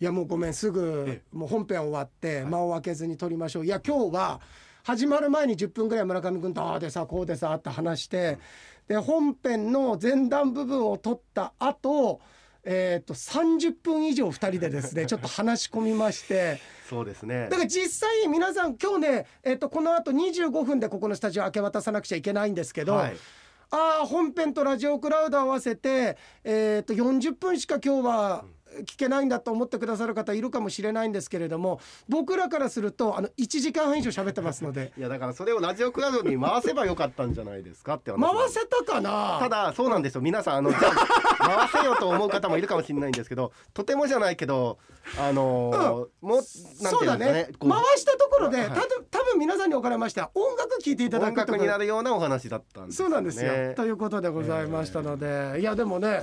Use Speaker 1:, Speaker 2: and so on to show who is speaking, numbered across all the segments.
Speaker 1: いやもうごめんすぐ
Speaker 2: え
Speaker 1: もう本編終わって
Speaker 2: はい
Speaker 1: 間を空けずに撮りましょういや今日は始まる前に10分ぐらい村上君とああでさこうでさって話してで本編の前段部分を撮った後えー、と30分以上2人で ですねちょっと話し込みまして
Speaker 2: そうですね
Speaker 1: だから実際皆さん今日ね、えー、とこのあと25分でここのスタジオ明け渡さなくちゃいけないんですけど、
Speaker 2: はい
Speaker 1: ああ本編とラジオクラウド合わせて、えー、と40分しか今日は聞けないんだと思ってくださる方いるかもしれないんですけれども僕らからするとあの1時間半以上喋ってますの で
Speaker 2: いやだからそれをラジオクラウドに回せばよかったんじゃないですかって話
Speaker 1: 回
Speaker 2: なんです
Speaker 1: せたかな
Speaker 2: ただそうなんですよ皆さんあのじゃあ回せよと思う方もいるかもしれないんですけどとてもじゃないけどあのーもうなんていうんです
Speaker 1: そう
Speaker 2: か
Speaker 1: だ
Speaker 2: ね
Speaker 1: ね
Speaker 2: こう
Speaker 1: 回したところで、
Speaker 2: はい
Speaker 1: たぶ多分皆さんにおかれましては音楽聴いていただ
Speaker 2: 音
Speaker 1: くと
Speaker 2: 楽
Speaker 1: こ
Speaker 2: になるようなお話だったんです
Speaker 1: そうなんですよ、ということでございましたので、いやでもね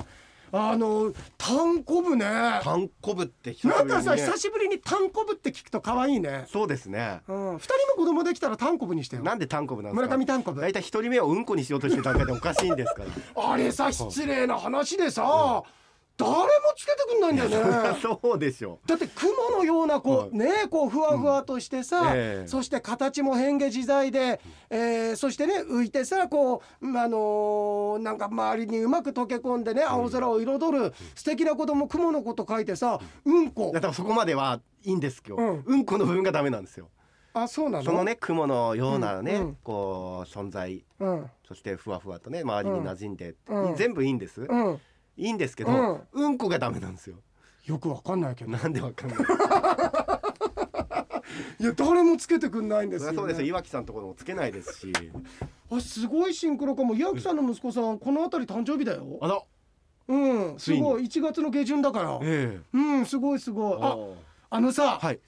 Speaker 1: あのタンコブねな
Speaker 2: タンコブって久しぶ
Speaker 1: ん
Speaker 2: りにね
Speaker 1: かさ久しぶりにタンコブって聞くと可愛いね
Speaker 2: そうですね
Speaker 1: うん、二人も子供できたらタンコブにしてよ
Speaker 2: なんでタンコブなんですか
Speaker 1: 村上タンコブ
Speaker 2: 大体一人目をうんこにしようとしてる段階でおかしいんですから
Speaker 1: あれさ失礼な話でさ、誰もつけてくんないんだよね
Speaker 2: そうでしょ
Speaker 1: だって雲のようなこう、ねこうふわふわとしてさ、
Speaker 2: ええ
Speaker 1: そして形も変化自在で、えーそしてね浮いてさこう、うんあのーなんか周りにうまく溶け込んでね青空を彩る素敵な子供雲のこと書いてさうんこ
Speaker 2: いや多分そこまではいいんですけど、
Speaker 1: う
Speaker 2: うんん、この部分がダメなんですよ
Speaker 1: あそうなの
Speaker 2: そのね雲のようなね、
Speaker 1: うんうん
Speaker 2: こう存在
Speaker 1: うん
Speaker 2: そしてふわふわとね周りに馴染んで、
Speaker 1: うん
Speaker 2: 全部いいんです、
Speaker 1: うん
Speaker 2: いいんですけど、
Speaker 1: う
Speaker 2: うんん、こがダメなんですよ
Speaker 1: よくわかんないけど
Speaker 2: なんでわかんない
Speaker 1: いや誰もつけてくんないんで
Speaker 2: そ
Speaker 1: す
Speaker 2: り
Speaker 1: よ、
Speaker 2: ゃ
Speaker 1: ね、
Speaker 2: そうですよ岩城さんのところもつけないですし
Speaker 1: あすごいシンクロかも岩城さんの息子さんこの辺り誕生日だよ
Speaker 2: あら
Speaker 1: うんす
Speaker 2: ついに
Speaker 1: ごい1月の下旬だから
Speaker 2: ええ
Speaker 1: うんすごいすごい
Speaker 2: あ
Speaker 1: ああのさ、
Speaker 2: はい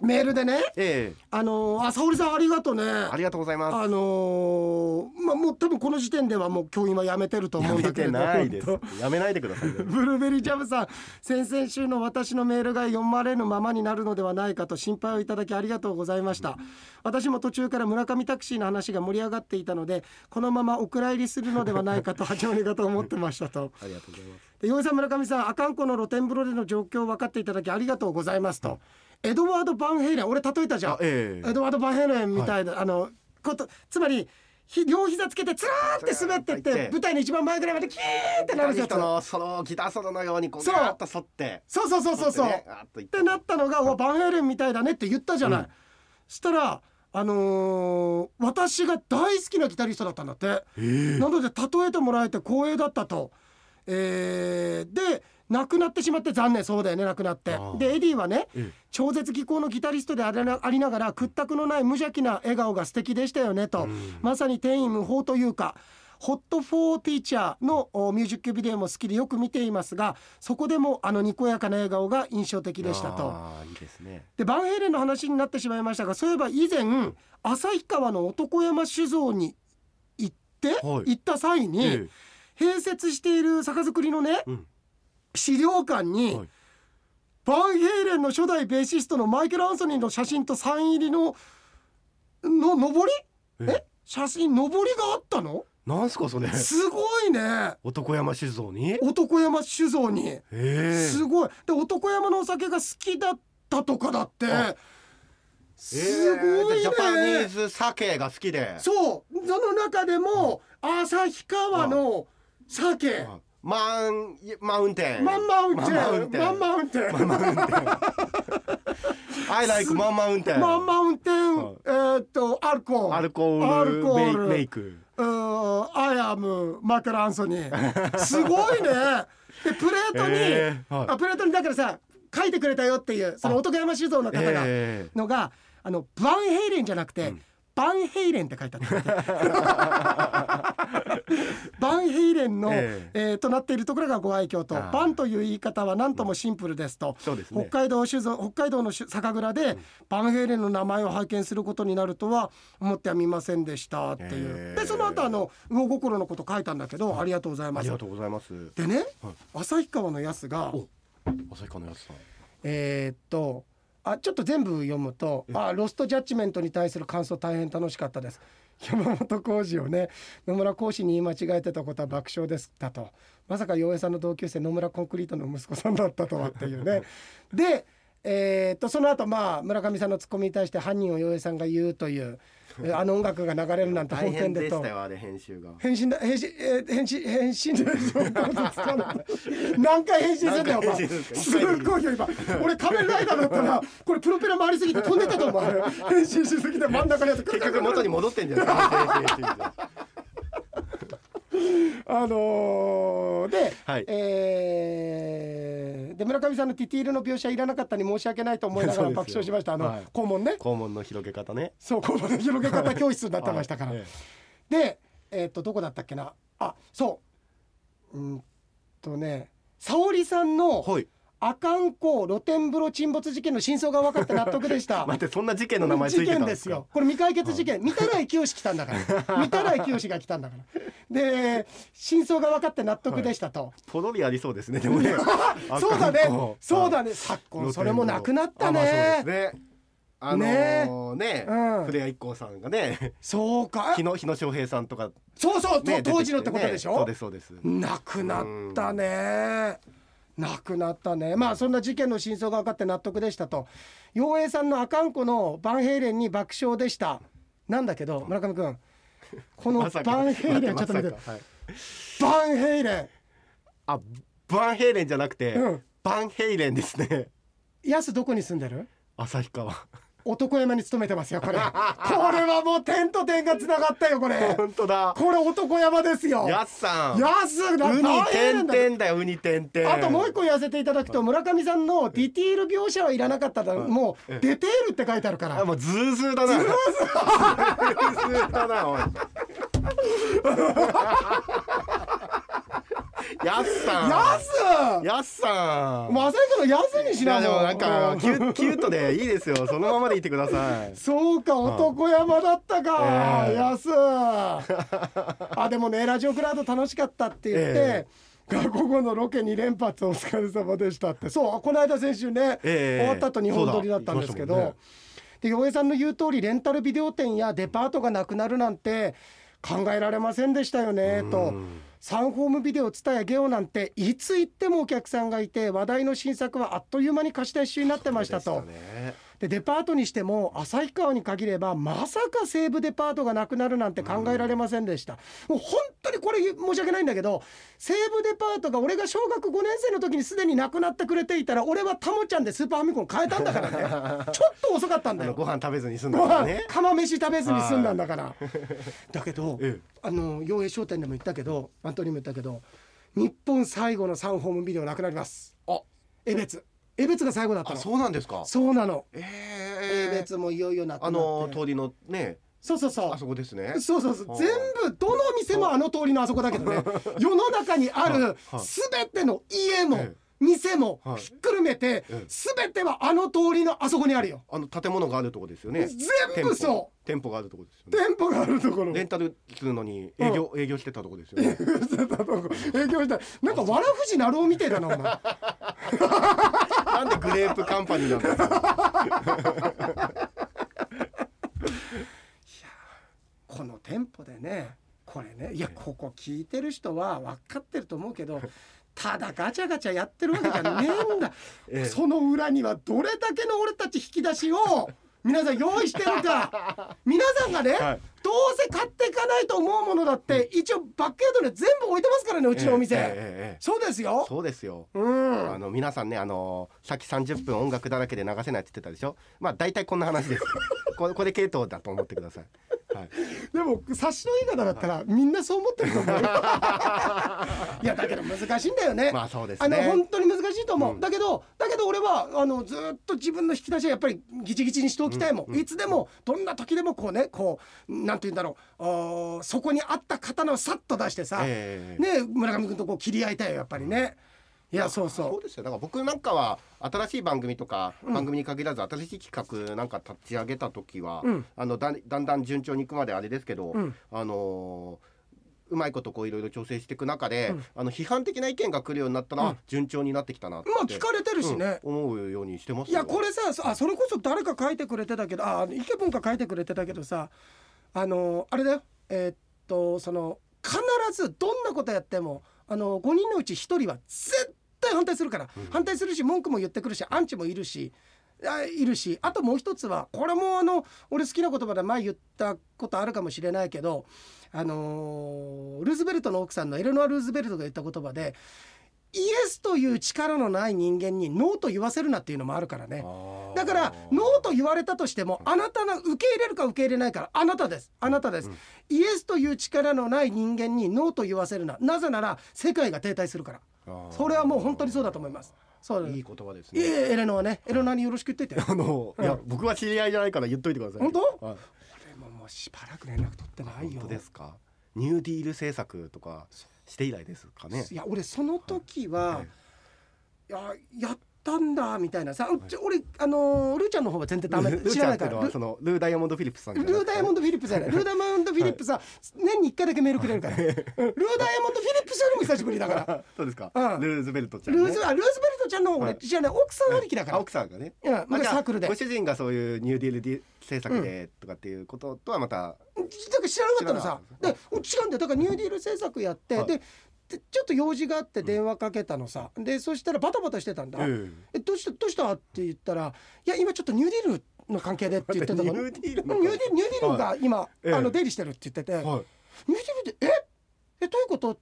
Speaker 1: メールでね
Speaker 2: ええ
Speaker 1: あのーあ沙織さんありがとうね
Speaker 2: ありがとうございます
Speaker 1: あのーまあもう多分この時点ではもう教員はやめてると思
Speaker 2: や
Speaker 1: うん
Speaker 2: め
Speaker 1: だけ
Speaker 2: て
Speaker 1: れど
Speaker 2: ないです
Speaker 1: 本当
Speaker 2: やめないでくださいね、
Speaker 1: ブルーベリージャムさん先々週の私のメールが読まれぬままになるのではないかと心配をいただきありがとうございました私も途中から村上タクシーの話が盛り上がっていたのでこのままお蔵入りするのではないかと始まりかと思ってましたと
Speaker 2: ありがとうございます
Speaker 1: で、洋井さん村上さん阿寒湖の露天風呂での状況を分かっていただきありがとうございますと、エドワード・バンヘイレン俺例えたじゃん
Speaker 2: あ、ええ
Speaker 1: エドワード・バンヘイレンみたいな、あのことつまりひ両膝つけてつらーって滑ってって
Speaker 2: つらーってって
Speaker 1: 舞台の一番前ぐらいまでキーンってなるやつ
Speaker 2: 人のソロギターソロのようにこう
Speaker 1: そう
Speaker 2: ガーッと沿って
Speaker 1: そうそうそうそうそう、
Speaker 2: ねガーッと行
Speaker 1: っ
Speaker 2: って
Speaker 1: てなったのが「うわバンヘイレンみたいだね」って言ったじゃない、
Speaker 2: うん
Speaker 1: したらあのー私が大好きなギタリストだったんだって、
Speaker 2: ええ
Speaker 1: なので例えてもらえて光栄だったと、えーで亡くなってしまって残念そうだよね亡くなって
Speaker 2: あー
Speaker 1: でエディはね、
Speaker 2: ええ
Speaker 1: 超絶技巧のギタリストでありなありながら屈託のない無邪気な笑顔が素敵でしたよねと、
Speaker 2: うん
Speaker 1: まさに天衣無縫というか「ホット・フォー・ティーチャーの」おミュージックビデオも好きでよく見ていますがそこでもあのにこやかな笑顔が印象的でしたと。
Speaker 2: ああいいですね
Speaker 1: でバンヘイレンの話になってしまいましたがそういえば以前旭川の男山酒造に行って、
Speaker 2: はい
Speaker 1: 行った際に、
Speaker 2: え
Speaker 1: 併設している酒造りのね、
Speaker 2: うん
Speaker 1: 資料館に、
Speaker 2: はい
Speaker 1: バンヘイレンの初代ベーシストのマイケル・アンソニーの写真とサイン入りのの上り
Speaker 2: え
Speaker 1: え写真上りがあったの
Speaker 2: なんすかそれ
Speaker 1: すごいね
Speaker 2: 男山酒造に
Speaker 1: 男山酒造に、
Speaker 2: え
Speaker 1: すごいで男山のお酒が好きだったとかだって
Speaker 2: あ
Speaker 1: すごいね、
Speaker 2: ジャパニーズ酒が好きで
Speaker 1: そうその中でも旭川の酒
Speaker 2: マンマウンテン
Speaker 1: マンマウンテンマン
Speaker 2: マン
Speaker 1: マウンテン
Speaker 2: マウンテン I like マンマウンテン
Speaker 1: マンマウンテン、
Speaker 2: はい
Speaker 1: えーっとアルコール
Speaker 2: アルコ
Speaker 1: ア
Speaker 2: ー
Speaker 1: ル
Speaker 2: ル
Speaker 1: コール
Speaker 2: メイメイク
Speaker 1: うーアイアムマクラ・アンソニ ーすごいねでプレートに、
Speaker 2: えーはい
Speaker 1: あプレートにだからさ書いてくれたよっていうその男山酒造の方が、
Speaker 2: え
Speaker 1: のがあのバンヘイレンじゃなくて、バンヘイレンって書い てあった。バンヘイレンの、え
Speaker 2: え
Speaker 1: ーとなっているところがご愛嬌と、
Speaker 2: あー
Speaker 1: バンという言い方は何ともシンプルですと。
Speaker 2: そうです
Speaker 1: 北
Speaker 2: ね
Speaker 1: 海道酒造北海道の酒酒蔵で、バンヘイレンの名前を拝見することになるとは思ってはみませんでしたっていう、
Speaker 2: えー
Speaker 1: でその後あの魚心のこと書いたんだけど、ありがとうござい
Speaker 2: あ
Speaker 1: ま
Speaker 2: り
Speaker 1: す
Speaker 2: がとうございます
Speaker 1: でね
Speaker 2: はい
Speaker 1: 旭川のやすが
Speaker 2: お朝日課のやつさん
Speaker 1: えーっとあちょっと全部読むとあ「ロスト・ジャッジメント」に対する感想大変楽しかったです 山本浩二をね野村浩二に言い間違えてたことは爆笑ですだとまさか洋平さんの同級生野村コンクリートの息子さんだったとはって いうねで、えーっとその後まあ村上さんのツッコミに対して犯人を洋平さんが言うと いうえーあの音楽が流れるなんて
Speaker 2: 大
Speaker 1: 本
Speaker 2: 変
Speaker 1: 編
Speaker 2: で
Speaker 1: で
Speaker 2: し
Speaker 1: と
Speaker 2: た。よあれ編集が
Speaker 1: 返信だ返信えー返信返信でそのことつかない何回返信するんだよお
Speaker 2: 何回
Speaker 1: 前
Speaker 2: 返信
Speaker 1: す
Speaker 2: するん
Speaker 1: ごいよ今俺仮面ライダーだったらこれプロペラ回りすぎて飛んでったと思うあれ返信しすぎて真ん中のやつ
Speaker 2: 結局元に戻ってん じゃないですか
Speaker 1: あのーで、
Speaker 2: はい
Speaker 1: えーで村上さんのティティールの描写いらなかったに申し訳ないと思いながら
Speaker 2: そう
Speaker 1: 爆
Speaker 2: ですよ
Speaker 1: 笑しましたあの、
Speaker 2: はい
Speaker 1: 肛門ね
Speaker 2: 肛門の広げ方ね
Speaker 1: そう肛門の広げ方教室になってましたから、
Speaker 2: はいえ
Speaker 1: でえーっとどこだったっけなあそううんとね沙織さん
Speaker 2: え
Speaker 1: の
Speaker 2: はい
Speaker 1: 阿寒湖露天風呂沈没事件の真相が分かって納得でした
Speaker 2: 待ってそんな事件の名前つ
Speaker 1: 事
Speaker 2: いてた
Speaker 1: 件
Speaker 2: ん
Speaker 1: で
Speaker 2: ですすか
Speaker 1: よこれ未解決事件見たら清来たんだ から見たら清が来たんだからで真相が分かって納得でしたと、
Speaker 2: とろりありそうですねでも ね
Speaker 1: そうだね
Speaker 2: あかんと
Speaker 1: そうだね昨今それもなくなったね,、
Speaker 2: あ
Speaker 1: そう
Speaker 2: まあそうですねあのーね
Speaker 1: うん
Speaker 2: 古谷一行さんがね
Speaker 1: か
Speaker 2: 日野日野翔平さんとか、
Speaker 1: そうそう、と
Speaker 2: ね、
Speaker 1: 当時のっ
Speaker 2: 出
Speaker 1: て
Speaker 2: き
Speaker 1: ことでしょ
Speaker 2: ねそうですそうです
Speaker 1: なくなったね。なくなったね。まあそんな事件の真相が分かって納得でしたと。陽平さんの阿寒湖のバンヘイレンに爆笑でした。なんだけど村上君、この
Speaker 2: まさか
Speaker 1: バンヘイレンちょ
Speaker 2: 待
Speaker 1: っと見
Speaker 2: ま
Speaker 1: て、
Speaker 2: さかはい
Speaker 1: バンヘイレ
Speaker 2: あバンヘイレンじゃなくて、
Speaker 1: うん
Speaker 2: バンヘイレンですね
Speaker 1: ン、ヤスどこに住んでる？
Speaker 2: 旭川
Speaker 1: 男山に勤めてますよこれ。これはもう点と点がつながったよこれ。
Speaker 2: 本当だ
Speaker 1: これ男山ですよ。
Speaker 2: やっさん
Speaker 1: ヤスだ
Speaker 2: ウニ
Speaker 1: バンヘイレン
Speaker 2: てん
Speaker 1: だよ
Speaker 2: てんだよウニてんてん
Speaker 1: あともう一個言わせていただくと村上さんのディティール描写はいらなかっただもう「デテール」って書いてあるから
Speaker 2: あもうズーズーだなズーズーだなおい やっさん
Speaker 1: ヤス
Speaker 2: やっさん
Speaker 1: もう朝日のヤスにし
Speaker 2: い
Speaker 1: な
Speaker 2: や
Speaker 1: い
Speaker 2: でもなんかキ
Speaker 1: うん
Speaker 2: ュキュートでいいですよそのままでいてくだ さい
Speaker 1: そうか男山だったか、
Speaker 2: ええ
Speaker 1: ヤスあでもねラジオクラウド楽しかったって言って
Speaker 2: え、
Speaker 1: 学校後のロケ2連発お疲れ様でしたってそうこの間先週ね、
Speaker 2: ええ
Speaker 1: 終わった後日本撮りだったんですけど、
Speaker 2: そうだ言って
Speaker 1: で洋平さんの言う通りレンタルビデオ店やデパートがなくなるなんて考えられませんでしたよねとサンホームビデオ蔦屋ゲオなんていつ行ってもお客さんがいて話題の新作はあっという間に貸し出しになってましたと。
Speaker 2: そうでしたね
Speaker 1: でデパートにしても旭川に限ればまさか西武デパートがなくなるなんて考えられませんでした、もう本当にこれ申し訳ないんだけど西武デパートが俺が小学5年生の時にすでになくなってくれていたら俺はタモちゃんでスーパーファミコン変えたんだからね ちょっと遅かったんだ
Speaker 2: あの
Speaker 1: よ
Speaker 2: ご飯食べずに済んだ
Speaker 1: ご
Speaker 2: から
Speaker 1: 飯
Speaker 2: ね
Speaker 1: 釜飯食べずに済んだんだからだけど、
Speaker 2: ええ
Speaker 1: あの洋平商店でも言ったけどアントニーも言ったけど日本最後のサンホームビデオなくなります
Speaker 2: あ
Speaker 1: 江別江別が最後だったの
Speaker 2: うなんですか
Speaker 1: そうなの
Speaker 2: え
Speaker 1: 英
Speaker 2: え
Speaker 1: 別もいよいよなくな
Speaker 2: あ
Speaker 1: って、
Speaker 2: の通りのね
Speaker 1: そうそうそう
Speaker 2: あそこですね
Speaker 1: そうそうそう
Speaker 2: はあ
Speaker 1: 全部どの店もあの通りのあそこだけ どね世の中にある
Speaker 2: はい
Speaker 1: 全ての家も
Speaker 2: ええ
Speaker 1: 店も
Speaker 2: はい
Speaker 1: ひっくるめて
Speaker 2: ええ
Speaker 1: 全てはあの通りのあそこにあるよ
Speaker 2: あの建物があるとこですよね
Speaker 1: 全部そ
Speaker 2: 店舗があるとこですよ
Speaker 1: う
Speaker 2: ね
Speaker 1: 店舗があるところ
Speaker 2: レンタルするのに営業営業してたとこですよね
Speaker 1: 営業したなんかわらふじなろうみたいだなお前
Speaker 2: なんでグレープカンパニーなんですか
Speaker 1: この店舗でねこれねいやここ聞いてる人は分かってると思う けどただガチャガチャやってるわけじゃねえんだ、
Speaker 2: ええ
Speaker 1: その裏にはどれだけの俺たち引き出し を皆さん用意してるか皆さんがね、
Speaker 2: はい
Speaker 1: どうせ買っていかないと思うものだって、一応バックヤードで全部置いてますからねうちのお店、
Speaker 2: ええええええ
Speaker 1: そうですよ
Speaker 2: そうですよ
Speaker 1: うん
Speaker 2: あの皆さんねあのさっき30分音楽だらけで流せないって言ってたでしょまあ大体こんな話です これこれ系統だと思ってください、はい、
Speaker 1: でも察しのいい方だったらみんなそう思ってると思 うよいやだけど難しいんだよね、
Speaker 2: まあそうです
Speaker 1: あ
Speaker 2: ね
Speaker 1: の本当に難しいと思う、
Speaker 2: うん
Speaker 1: だけどだけど俺はあのずっと自分の引き出しはやっぱりギチギチにしておきたいもん、いつでもどんな時でもこうねこうなんて言うんだろうあーそこにあった刀をさっと出してさ、
Speaker 2: ええ
Speaker 1: ね村上君とこう切り合いたいよやっぱりね、いやそう
Speaker 2: そ
Speaker 1: そう
Speaker 2: ですよだから僕なんかは新しい番組とか、番組に限らず新しい企画なんか立ち上げた時は、
Speaker 1: うん
Speaker 2: あのだんだんだん順調にいくまであれですけど、
Speaker 1: うん
Speaker 2: あのーうまいことこういろいろ調整していく中で、あの批判的な意見が来るようになったら、
Speaker 1: うん
Speaker 2: 順調になってきたなって、
Speaker 1: うまあ聞かれてるしね、
Speaker 2: うん思うようにしてます
Speaker 1: いやこれさそあそれこそ誰か書いてくれてたけどあ池本が書いてくれてたけどさあのあれだよえーっとその必ずどんなことやってもあの5人のうち1人は絶対反対するから、反対するし文句も言ってくるしアンチもいるし。あいるしあともう一つはこれもあの俺好きな言葉で前言ったことあるかもしれないけど、あのールーズベルトの奥さんのエレノア・ルーズベルトが言った言葉でイエスという力のない人間にノーと言わせるなっていうのもあるからね。だからノーと言われたとしてもあなたが受け入れるか受け入れないかあなたですあなたです、イエスという力のない人間にノーと言わせるななぜなら世界が停滞するからそれはもう本当にそうだと思いますそう
Speaker 3: い
Speaker 1: い
Speaker 3: い言葉です
Speaker 1: えい
Speaker 3: ね。
Speaker 1: えエレノはねエレノアによろしく言ってて
Speaker 2: あの、いや僕は知り合いじゃないから言っといてください
Speaker 1: 本当
Speaker 2: はい
Speaker 1: 俺ももうしばらく連絡取ってない
Speaker 2: 本
Speaker 1: よ
Speaker 2: 当ですかニューディール政策とかして以来ですかね
Speaker 1: いや俺その時は、
Speaker 2: はい
Speaker 1: いややったんだみたいなさ、ちょ俺あのールーちゃんの方は全然ダメ
Speaker 2: ルルー
Speaker 1: 知
Speaker 2: ち
Speaker 1: ら
Speaker 2: ゃん
Speaker 1: な
Speaker 2: っ
Speaker 1: い
Speaker 2: て
Speaker 1: か
Speaker 2: いうの
Speaker 1: ら
Speaker 2: は
Speaker 1: ル
Speaker 2: そのルーダイヤモンド・フィリップスさんじゃな
Speaker 1: ル
Speaker 2: く
Speaker 1: ー
Speaker 2: て
Speaker 1: ダイヤモンド・フィリップスじゃないルーダイヤモンド・フィリップスは年に1回だけメールくれるから、うんルーダイヤモンド・フィリップスよりも久しぶりだ から
Speaker 2: あそうですか、
Speaker 1: うん
Speaker 2: ルーズベルトちゃん、
Speaker 1: ル
Speaker 2: ね、
Speaker 1: ーズあルーズベルトちゃんの方
Speaker 2: はい
Speaker 1: 俺じゃない奥さんありきだか
Speaker 2: あ
Speaker 1: ら
Speaker 2: 奥さんがね
Speaker 1: うん
Speaker 2: あ
Speaker 1: 昔
Speaker 2: じゃあ
Speaker 1: サークルで
Speaker 2: ご主人がそういうニューディールディ政策でとかっていうこととはまた、
Speaker 1: だから知らなかったのさ
Speaker 2: 知ら
Speaker 1: で違
Speaker 2: な
Speaker 1: うんだよだからニューディール制作やって、
Speaker 2: はい
Speaker 1: ででちょっと用事があって電話かけたのさ、でそしたらバタバタしてたんだ、
Speaker 2: うん
Speaker 1: えどうしたどうしたって言ったら「いや今ちょっとニューディールの関係で」って言ってたから
Speaker 2: ニューディール
Speaker 1: ニ
Speaker 2: の
Speaker 1: ューディールニューディールが今、
Speaker 2: ええ
Speaker 1: あの出入りしてるって言ってて「
Speaker 2: はい
Speaker 1: ニューディールってええどういうこと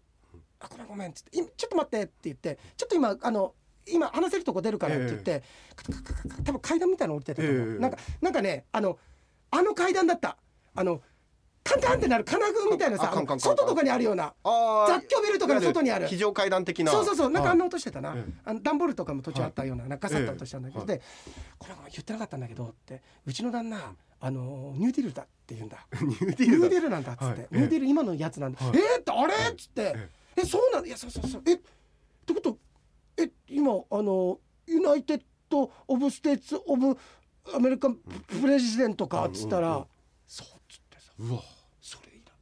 Speaker 1: あごめんごめん」っつってい「ちょっと待って」って言って「ちょっと今あの今話せるとこ出るから」って言って、カタカタカタカタ多分階段みたいなの降りてたと思う
Speaker 2: ええ
Speaker 1: なんかなんかねあのあの階段だったあのカンカンってなる金具みたいなさ
Speaker 2: あカンカンカンカン
Speaker 1: 外とかにあるような
Speaker 2: あー
Speaker 1: 雑居ビルとかの外にある
Speaker 2: 非常階段的な
Speaker 1: そうそうそうなんかあんな
Speaker 2: の
Speaker 1: 音してたな、
Speaker 2: ええ
Speaker 1: あの段ボールとかも途中あったような、なんかガサッと音したんだけど、
Speaker 2: ええ
Speaker 1: でこれは言ってなかったんだけどってうちの旦那あのニューディールだって言うんだ
Speaker 2: ニューデ
Speaker 1: ニ
Speaker 2: ィール
Speaker 1: ュ
Speaker 2: だ
Speaker 1: ーディールなんだっつって、
Speaker 2: はい
Speaker 1: ニューディール今のやつなんだ、
Speaker 2: はい
Speaker 1: えーってあれっつって、
Speaker 2: え
Speaker 1: えそうなんいやそうそうそうえってことえ今あのユナイテッド・オブ・ステーツ・オブ・アメリカン・プレジデントかっつったら、
Speaker 2: うんうんうん
Speaker 1: そうっつってさ
Speaker 2: うわ
Speaker 1: それ以来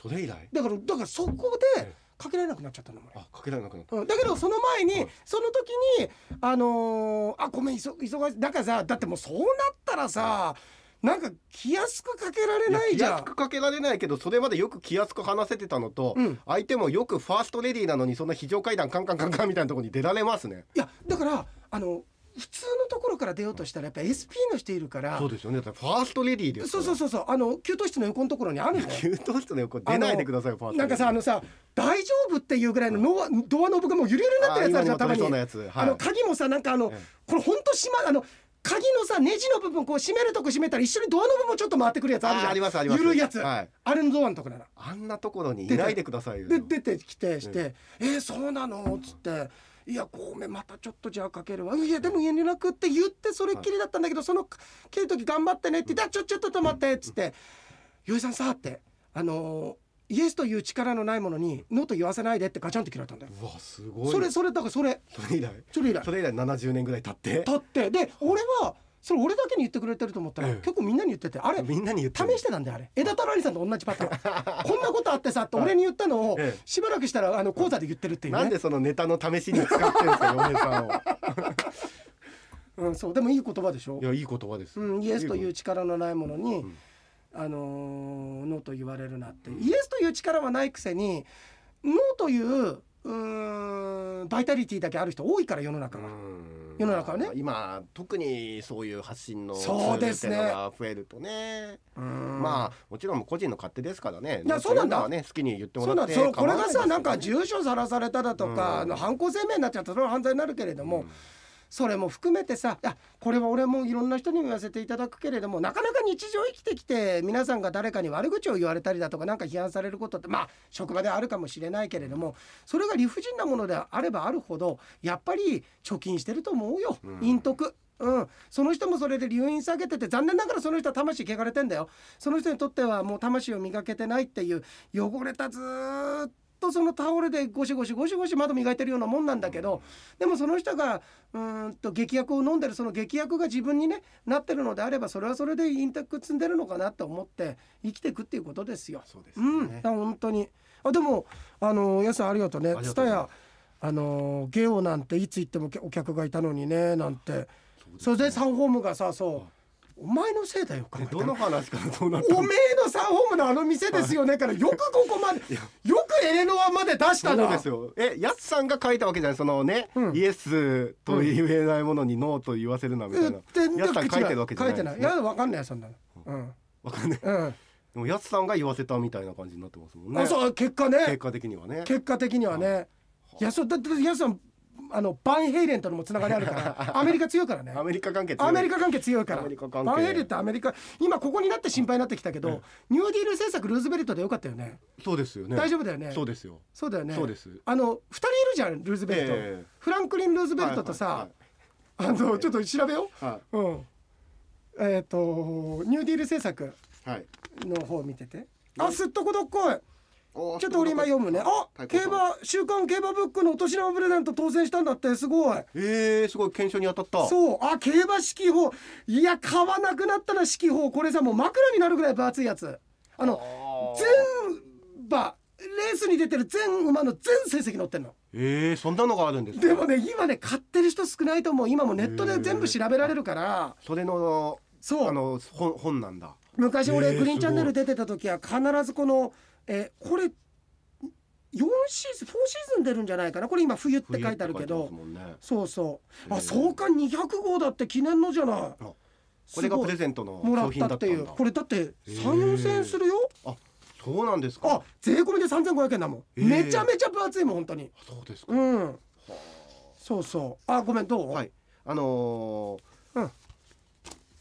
Speaker 2: それ以来
Speaker 1: だからだからそこ
Speaker 2: え
Speaker 1: で
Speaker 2: え
Speaker 1: かけられなくなっちゃったのも
Speaker 2: あかけられなくなった
Speaker 1: うん、だけどその前に、
Speaker 2: はい
Speaker 1: その時にあのーあごめん忙忙しいだからさだってもうそうなったらさなんか気安くかけられないじ
Speaker 2: いや気
Speaker 1: ゃ
Speaker 2: 安
Speaker 1: ん
Speaker 2: くかけられないけどそれまでよく気安く話せてたのと、
Speaker 1: うん
Speaker 2: 相手もよくファーストレディーなのにそんな非常階段カンカンカンカンみたいなところに出られますね
Speaker 1: いやだからあの普通のところから出ようとしたらやっぱ SP の人いるから
Speaker 2: そうですよねだってファーストレディーです
Speaker 1: そうそうそ
Speaker 2: そ
Speaker 1: うそうあの給湯室の横のところにあるんだよ
Speaker 2: 給湯室の横出ないでくださいよファーストレディー
Speaker 1: なんかさあのさ大丈夫っていうぐらいのノアドアノブがもうゆるゆるになってるやつあるじゃん
Speaker 2: あ
Speaker 1: た
Speaker 2: 今
Speaker 1: ま
Speaker 2: にも取れそう
Speaker 1: に
Speaker 2: なやつはい
Speaker 1: あの鍵もさなんかあの
Speaker 2: ええ
Speaker 1: これほんとしまあの鍵のさネジの部分こう締めるとこ締めたら一緒にドアノブもちょっと回ってくるやつあるじゃん
Speaker 2: あありますあります
Speaker 1: 緩いやつ、
Speaker 2: はい
Speaker 1: あれのドアのとこなの
Speaker 2: あんなところにいないでくださいよ
Speaker 1: で出てきてして「えーそうなの?」っつって「いやごめんまたちょっとじゃあかけるわ」「いやでも家になく」って言ってそれっきりだったんだけどその切る時頑張ってねって「だちょちょっと待って」っつって「よいさんさ」ってあのーイエスという力のないものに「ノーと言わせないで」ってガチャンって切られたんだよ。
Speaker 2: うわすごい
Speaker 1: それそれだからそれ
Speaker 2: それ以来
Speaker 1: それ以来
Speaker 2: それ以来70年ぐらい経って
Speaker 1: 立ってで俺はそれ俺だけに言ってくれてると思ったら
Speaker 2: ええ
Speaker 1: 結構みんなに言っててあれ
Speaker 2: みんなに言ってる
Speaker 1: 試してたんだよあれ枝田ラリさんと同じパターン こんなことあってさって俺に言ったのを
Speaker 2: ええ
Speaker 1: しばらくしたらあの講座で言ってるっていう
Speaker 2: なん
Speaker 1: ね
Speaker 2: でそのネタの試しに使ってるんですか嫁さんを
Speaker 1: うん、そうでもいい言葉でしょ
Speaker 2: い、やいい言葉ですよ、
Speaker 1: うん、イエスというう力のないものに、
Speaker 2: ん
Speaker 1: あのーノーと言われるなってイエスという力はないくせにノーといううーんバイタリティだけある人多いから世の中
Speaker 2: う
Speaker 1: は、
Speaker 2: ん
Speaker 1: 世の中はね
Speaker 2: 今特にそういう発信の
Speaker 1: そうですね
Speaker 2: ツールっていうのが増えるとね
Speaker 1: うん
Speaker 2: まあもちろん個人の勝手ですからね
Speaker 1: いやそうなんだ
Speaker 2: いのはね好きに言っても
Speaker 1: そう
Speaker 2: ら
Speaker 1: な
Speaker 2: っ
Speaker 1: んで
Speaker 2: て
Speaker 1: すそうこれがさ
Speaker 2: 構わ
Speaker 1: なんか
Speaker 2: いですよ
Speaker 1: 住所さらされただと
Speaker 2: うん
Speaker 1: か、あの犯行声明になっちゃったらそれは犯罪になるけれども、
Speaker 2: うん
Speaker 1: それも含めてさあこれは俺もいろんな人に言わせていただくけれどもなかなか日常生きてきて皆さんが誰かに悪口を言われたりだとかなんか批判されることってまあ職場ではあるかもしれないけれどもそれが理不尽なものであればあるほどやっぱり貯金してると思うよ、
Speaker 2: うん
Speaker 1: 陰徳。うん、その人もそれで留飲下げてて残念ながらその人は魂汚れてんだよその人にとってはもう魂を磨けてないっていう汚れたずーっとそのタオルでゴシゴシゴシゴシ窓磨いてるようなもんなんだけど、でもその人がうーんと劇薬を飲んでるその劇薬が自分に、ね、なってるのであればそれはそれでインタック積んでるのかなと思って生きていくっていうことですよ。
Speaker 2: そうです
Speaker 1: う
Speaker 2: ね、
Speaker 1: ん、だから本当にあでもあのやすさんありがとうね
Speaker 2: あ。りが
Speaker 1: ツ
Speaker 2: とう
Speaker 1: タ
Speaker 2: ござい
Speaker 1: ヤ
Speaker 2: ます
Speaker 1: あのゲオなんていつ行ってもお客お客がいたのにねなんてそれでサンホームがさそう。お前のせいだよ考えたら
Speaker 2: どの話からどうなった
Speaker 1: おめえのサンホームのあの店ですよねからよくここまでよくエレノアまで出した
Speaker 2: そう
Speaker 1: な
Speaker 2: ですよえやつさんが書いたわけじゃないそのね、
Speaker 1: うん
Speaker 2: イエスと言えないものにノーと言わせるなみたいな
Speaker 1: 全
Speaker 2: や
Speaker 1: 然
Speaker 2: つさん書いてるわけ
Speaker 1: 書
Speaker 2: じゃないい
Speaker 1: て
Speaker 2: です
Speaker 1: な
Speaker 2: ね
Speaker 1: いいやわかんないよそんなのうん
Speaker 2: わかんない
Speaker 1: うん
Speaker 2: でもやつさんが言わせたみたいな感じになってますもんね
Speaker 1: あそう結果
Speaker 2: 結
Speaker 1: ね
Speaker 2: 果的にはね
Speaker 1: 結果的にはねいやそうだってやつさんあのバンヘイレンとのもつながりあるから アメリカ強いからね
Speaker 2: アメリカ関係強い
Speaker 1: アメリカ関係強いから
Speaker 2: アメリカ関係
Speaker 1: バンヘイレンってアメリカ今ここになって心配になってきたけどニューディール政策ルーズベルトでよかったよね
Speaker 2: そうですよね
Speaker 1: 大丈夫だよね
Speaker 2: そうですよ
Speaker 1: そうだよね
Speaker 2: そうです
Speaker 1: あの2人いるじゃんルーズベルト、
Speaker 2: ええ
Speaker 1: フランクリン・ルーズベルトとさ、
Speaker 2: はい
Speaker 1: あのちょっと調べよ
Speaker 2: は
Speaker 1: う、うん、えっ、とニューディール政策
Speaker 2: いはいはい
Speaker 1: の方を見ててあすっとこどっこい
Speaker 2: おー
Speaker 1: ちょっと俺今読むねあ
Speaker 2: 太
Speaker 1: 競
Speaker 2: 鼓判
Speaker 1: 馬「週刊競馬ブック」のお年玉プレゼント当選したんだってすごい
Speaker 2: えー、すごい検証に当たった
Speaker 1: そうあ競馬四季報いや買わなくなったら四季報これさもう枕になるぐらい分厚いやつあの
Speaker 2: あー
Speaker 1: 全馬レースに出てる全馬の全成績載ってんの
Speaker 2: えー、そんなのがあるんですか
Speaker 1: でもね今ね買ってる人少ないと思う今もうネットで全部調べられるから
Speaker 2: それの
Speaker 1: そう
Speaker 2: あの本本なんだ
Speaker 1: 昔俺
Speaker 2: えー
Speaker 1: グリーンチャンネル出てた時は必ずこのえーこれ4シーズン4シーズン出るんじゃないかなこれ今冬って書いてあるけ
Speaker 2: 冬
Speaker 1: ど
Speaker 2: って書いてますもんね
Speaker 1: そうそう
Speaker 2: え
Speaker 1: あ
Speaker 2: ー
Speaker 1: 創刊200号だって記念のじゃない
Speaker 2: これが
Speaker 1: すごい
Speaker 2: プレゼントの
Speaker 1: もら
Speaker 2: 商
Speaker 1: っ
Speaker 2: 品
Speaker 1: た
Speaker 2: だ
Speaker 1: っ
Speaker 2: った
Speaker 1: て
Speaker 2: ん
Speaker 1: い
Speaker 2: だ
Speaker 1: うこれだって
Speaker 2: え
Speaker 1: 34
Speaker 2: ー
Speaker 1: 千円するよ
Speaker 2: あそうなんですか
Speaker 1: あ税込みで3500円だもん
Speaker 2: えー
Speaker 1: めちゃめちゃ分厚いもん本当に
Speaker 2: そうですか、
Speaker 1: うんそうそうあごめんどう
Speaker 2: はいあのー
Speaker 1: うん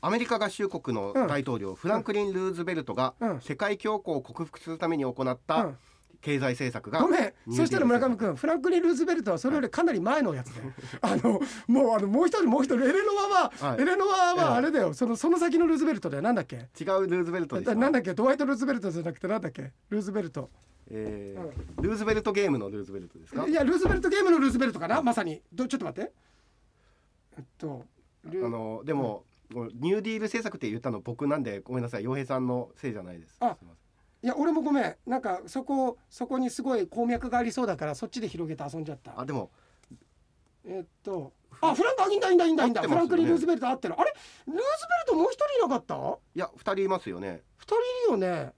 Speaker 2: アメリカ合衆国の大統領、フランクリン・ルーズベルトが
Speaker 1: うん
Speaker 2: 世界恐慌を克服するために行っ
Speaker 1: う
Speaker 2: た
Speaker 1: ん
Speaker 2: 経済政策が、
Speaker 1: ごめん
Speaker 2: ニューディール
Speaker 1: そしたら村上君フランクリン・ルーズベルトはそれよりかなり前のやつ であのもうあのもう一人もう一人エレノアは、
Speaker 2: はい
Speaker 1: エレノア
Speaker 2: え
Speaker 1: は
Speaker 2: え
Speaker 1: あれだよそのその先のルーズベルトだよなんだっけ
Speaker 2: 違うルーズベルトでした
Speaker 1: なんだっけドワイト・ルーズベルトじゃなくてなんだっけルーズベルト
Speaker 2: えールーズベルトゲームのルーズベルトですか
Speaker 1: いやルーズベルトゲームのルーズベルトかなまさにどちょっと待ってえっとル
Speaker 2: あのでも、これニューディール政策って言ったの僕なんでごめんなさい洋平さんのせいじゃないです
Speaker 1: あ
Speaker 2: すいませ
Speaker 1: いや俺もごめんなんかそこそこにすごい鉱脈がありそうだからそっちで広げて遊んじゃった
Speaker 2: んあでも
Speaker 1: えっとあフランクあいいんだいいんだいいんだいいんだ、
Speaker 2: 合って
Speaker 1: フ
Speaker 2: ま
Speaker 1: ラン
Speaker 2: すよね
Speaker 1: クリン・ルーズベルト合ってるあれルーズベルトもう一人いなかった
Speaker 2: いや二人いますよね
Speaker 1: 二人いるよね